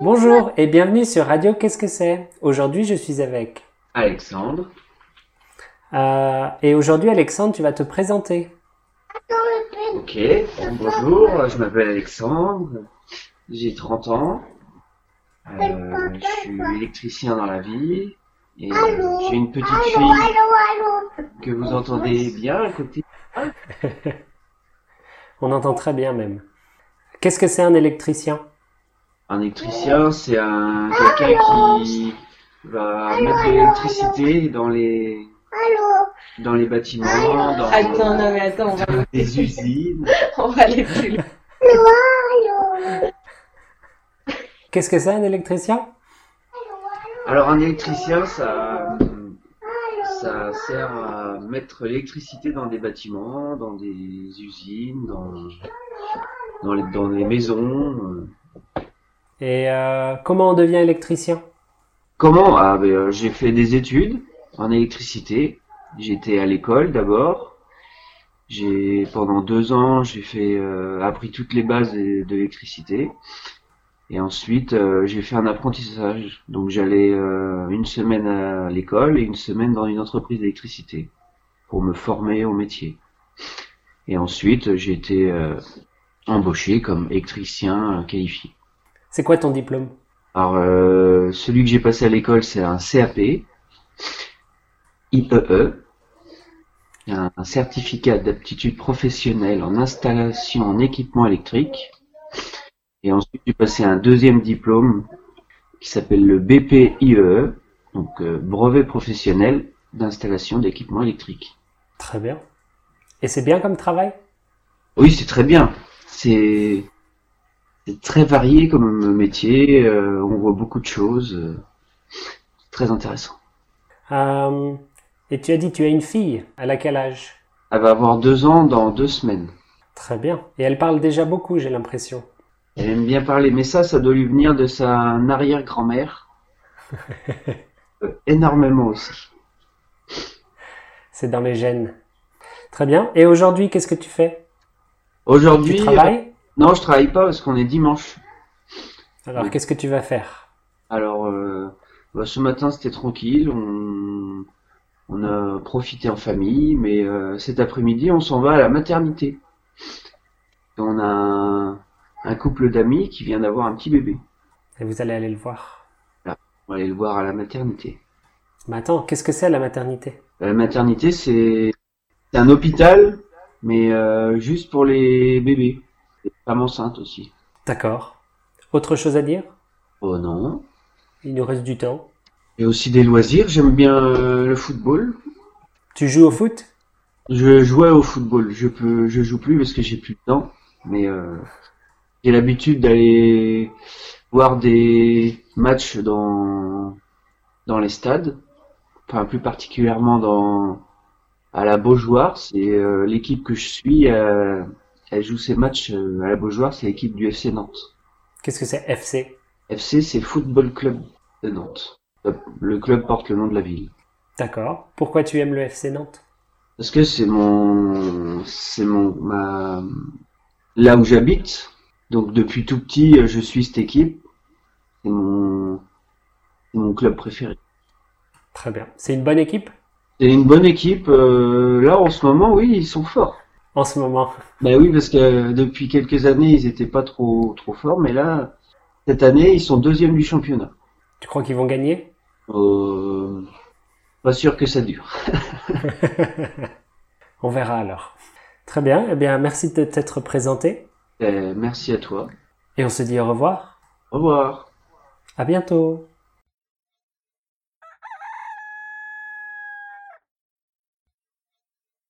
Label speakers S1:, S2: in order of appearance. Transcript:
S1: Bonjour et bienvenue sur Radio Qu'est-ce que c'est Aujourd'hui, je suis avec.
S2: Alexandre.
S1: Euh, et aujourd'hui, Alexandre, tu vas te présenter.
S2: Ok, bon, bonjour, je m'appelle Alexandre, j'ai 30 ans, euh, je suis électricien dans la vie et euh, j'ai une petite fille que vous entendez bien à côté.
S1: On entend très bien même. Qu'est-ce que c'est un électricien
S2: Un électricien, c'est un quelqu'un qui va mettre de l'électricité dans les dans les bâtiments, dans
S3: Attends, non, mais attends, on va,
S2: les usines.
S3: on va aller plus loin.
S1: Qu'est-ce que c'est un électricien
S2: Alors un électricien, ça, ça sert à mettre l'électricité dans des bâtiments, dans des usines, dans, dans, les, dans les maisons. euh,
S1: Et euh, comment on devient électricien
S2: Comment Ah, ben, euh, J'ai fait des études en électricité. J'étais à l'école d'abord. J'ai pendant deux ans, j'ai fait euh, appris toutes les bases de, de l'électricité. Et ensuite, euh, j'ai fait un apprentissage. Donc j'allais euh, une semaine à l'école et une semaine dans une entreprise d'électricité pour me former au métier. Et ensuite, j'ai été euh, embauché comme électricien euh, qualifié.
S1: C'est quoi ton diplôme
S2: Alors, euh, celui que j'ai passé à l'école, c'est un CAP, IEE, E un, un certificat d'aptitude professionnelle en installation en équipement électrique. Et ensuite, j'ai passé un deuxième diplôme qui s'appelle le BPIEE, E donc euh, brevet professionnel d'installation d'équipement électrique.
S1: Très bien. Et c'est bien comme travail
S2: Oui, c'est très bien. C'est c'est très varié comme métier. euh, on voit beaucoup de choses. euh, très intéressant.
S1: Euh, Et tu as dit tu as une fille. Elle a quel âge
S2: Elle va avoir deux ans dans deux semaines.
S1: Très bien. Et elle parle déjà beaucoup, j'ai l'impression.
S2: Elle aime bien parler, mais ça, ça doit lui venir de sa arrière-grand-mère. Euh, énormément aussi.
S1: C'est dans les gènes. Très bien. Et aujourd'hui, qu'est-ce que tu fais Tu
S2: Aujourd'hui,
S1: travailles
S2: euh, non, je travaille pas parce qu'on est dimanche.
S1: Alors,
S2: euh, oui.
S1: qu'est-ce que tu vas faire
S2: Alors, euh, bah, ce matin, c'était tranquille. On, on a profité en famille, mais euh, cet après-midi, on s'en va à la maternité. Et on a un, un couple d'amis qui vient d'avoir un petit bébé.
S1: Et vous allez aller le voir.
S2: On va aller le voir à la maternité.
S1: Mais attends, qu'est-ce que c'est la maternité
S2: La Euh, maternité, c'est c'est un hôpital, mais euh, juste pour les bébés. Les femmes enceintes aussi.
S1: D'accord. Autre chose à dire
S2: Oh non.
S1: Il nous reste du temps.
S2: Et aussi des loisirs. J'aime bien euh, le football.
S1: Tu joues au foot
S2: Je jouais au football. Je peux, je joue plus parce que j'ai plus de temps. Mais euh, j'ai l'habitude d'aller voir des matchs dans dans les stades. Enfin, plus particulièrement dans à la Beaujoire. C'est euh, l'équipe que je suis. euh, elle joue ses matchs euh, à la Beaujoire. C'est l'équipe du FC Nantes.
S1: Qu'est-ce que c'est FC
S2: FC, c'est Football Club de Nantes. Le club porte le nom de la ville.
S1: D'accord. Pourquoi tu aimes le FC Nantes
S2: Parce que c'est mon, c'est mon, ma, là où j'habite. Donc depuis tout petit, euh, je suis cette équipe. C'est mon, c'est mon club préféré.
S1: Très bien. C'est une bonne équipe
S2: C'est une bonne équipe. euh, là en ce moment, oui, ils sont forts.
S1: en ce moment.
S2: Bah oui, parce que euh, depuis quelques années, ils étaient pas trop, trop forts, mais là, cette année, ils sont deuxième du championnat.
S1: Tu crois qu'ils vont gagner
S2: Euh, pas sûr que ça dure.
S1: On verra alors. Très bien. Eh bien, merci de t'être présenté.
S2: Euh, merci à toi.
S1: Et on se dit au revoir.
S2: Au revoir.
S1: À bientôt.